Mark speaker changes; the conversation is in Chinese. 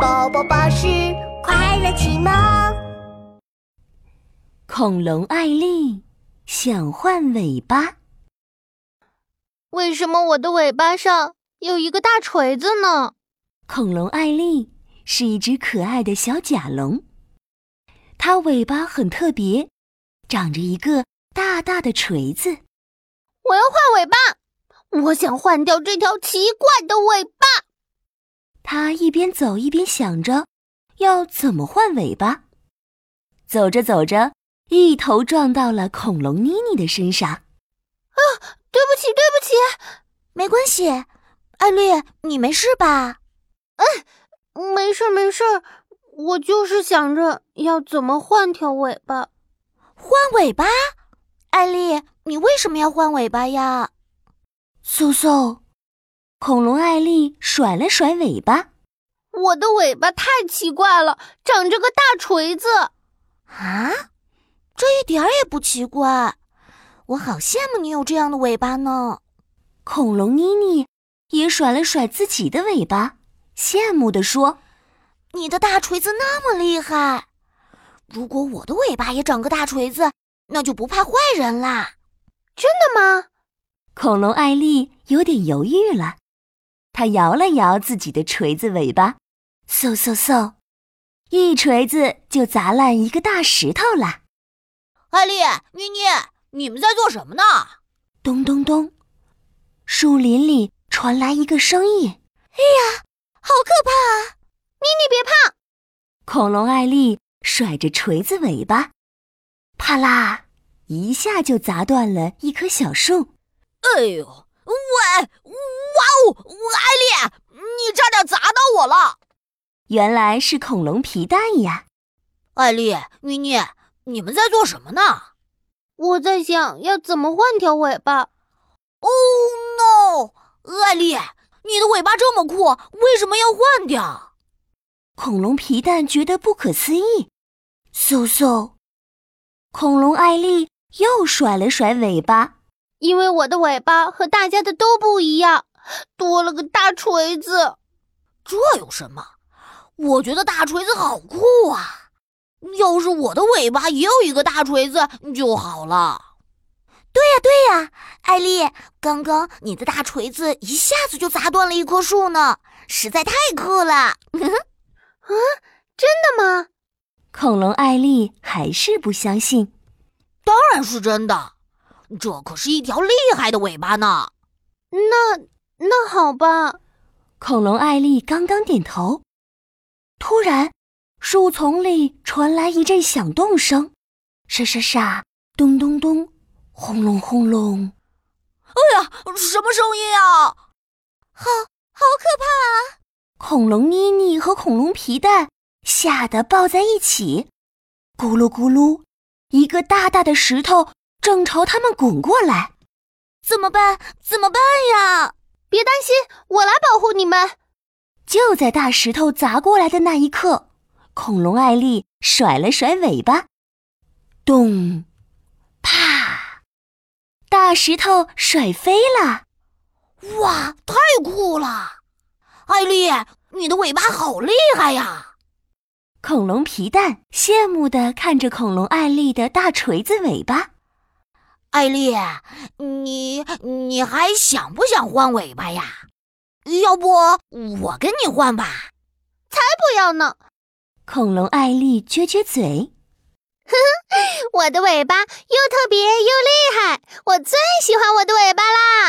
Speaker 1: 宝宝巴士快乐启蒙。
Speaker 2: 恐龙艾丽想换尾巴，
Speaker 3: 为什么我的尾巴上有一个大锤子呢？
Speaker 2: 恐龙艾丽是一只可爱的小甲龙，它尾巴很特别，长着一个大大的锤子。
Speaker 3: 我要换尾巴，我想换掉这条奇怪的尾巴。
Speaker 2: 它一边走一边想着要怎么换尾巴。走着走着，一头撞到了恐龙妮妮的身上。
Speaker 3: 对不起，对不起，
Speaker 4: 没关系，艾丽，你没事吧？
Speaker 3: 没事儿没事儿，我就是想着要怎么换条尾巴。
Speaker 4: 换尾巴？艾丽，你为什么要换尾巴呀？
Speaker 2: 嗖嗖，恐龙艾丽甩了甩尾巴。
Speaker 3: 我的尾巴太奇怪了，长着个大锤子。
Speaker 4: 啊，这一点儿也不奇怪。我好羡慕你有这样的尾巴呢。
Speaker 2: 恐龙妮妮也甩了甩自己的尾巴，羡慕地说
Speaker 4: 你的大锤子那么厉害，如果我的尾巴也长个大锤子，那就不怕坏人啦。
Speaker 3: 真的吗？：“
Speaker 2: 恐龙艾丽有点犹豫了。”她摇了摇自己的锤子尾巴，嗖嗖嗖，一锤子就砸烂一个大石头啦。
Speaker 4: 艾丽、妮妮，你们在做什么呢？
Speaker 2: 咚咚咚，树林里传来一个声音。
Speaker 4: 哎好可怕！啊
Speaker 2: 恐龙艾丽甩着锤子尾巴，啪啦一下就砸断了一棵小树。
Speaker 4: 哎呦，喂，哇哦，艾丽，你差点砸到我了！
Speaker 2: 原来是恐龙皮蛋呀！
Speaker 4: 艾丽、妮妮，你们在做什么呢
Speaker 3: 我在想要怎么换条尾巴。
Speaker 4: ？Oh no！艾丽，你的尾巴这么酷，为什么要换掉？
Speaker 2: 恐龙皮蛋觉得不可思议。嗖嗖，恐龙艾丽又甩了甩尾巴。
Speaker 3: 因为我的尾巴和大家的都不一样，多了个大锤子。
Speaker 4: 这有什么？我觉得大锤子好酷啊！要是我的尾巴也有一个大锤子就好了。对呀、对呀、艾丽，刚刚你的大锤子一下子就砸断了一棵树呢，实在太酷了。
Speaker 3: 真的吗？
Speaker 2: 恐龙艾丽还是不相信。
Speaker 4: 当然是真的，这可是一条厉害的尾巴呢。
Speaker 3: 那那好吧，
Speaker 2: 恐龙艾丽刚刚点头，突然，树丛里传来一阵响动声，沙沙沙，咚咚咚，轰隆轰隆。
Speaker 4: 哎什么声音啊？
Speaker 2: 恐龙啊妮妮和恐龙皮蛋吓得抱在一起，咕噜咕噜，一个大大的石头正朝他们滚过来。
Speaker 4: 怎么办？怎么办呀？
Speaker 3: 别担心，我来保护你们。
Speaker 2: 就在大石头砸过来的那一刻，恐龙艾丽甩了甩尾巴，咚，啪，大石头甩飞了。
Speaker 4: 哇，太酷了！艾丽，你的尾巴好厉害呀！
Speaker 2: 恐龙皮蛋羡慕地看着恐龙艾丽的大锤子尾巴。
Speaker 4: 艾丽，你你还想不想换尾巴呀？要不我跟你换吧？
Speaker 3: 不要呢，
Speaker 2: 恐龙艾丽撅撅嘴，
Speaker 3: 我的尾巴又特别又厉害，我最喜欢我的尾巴啦！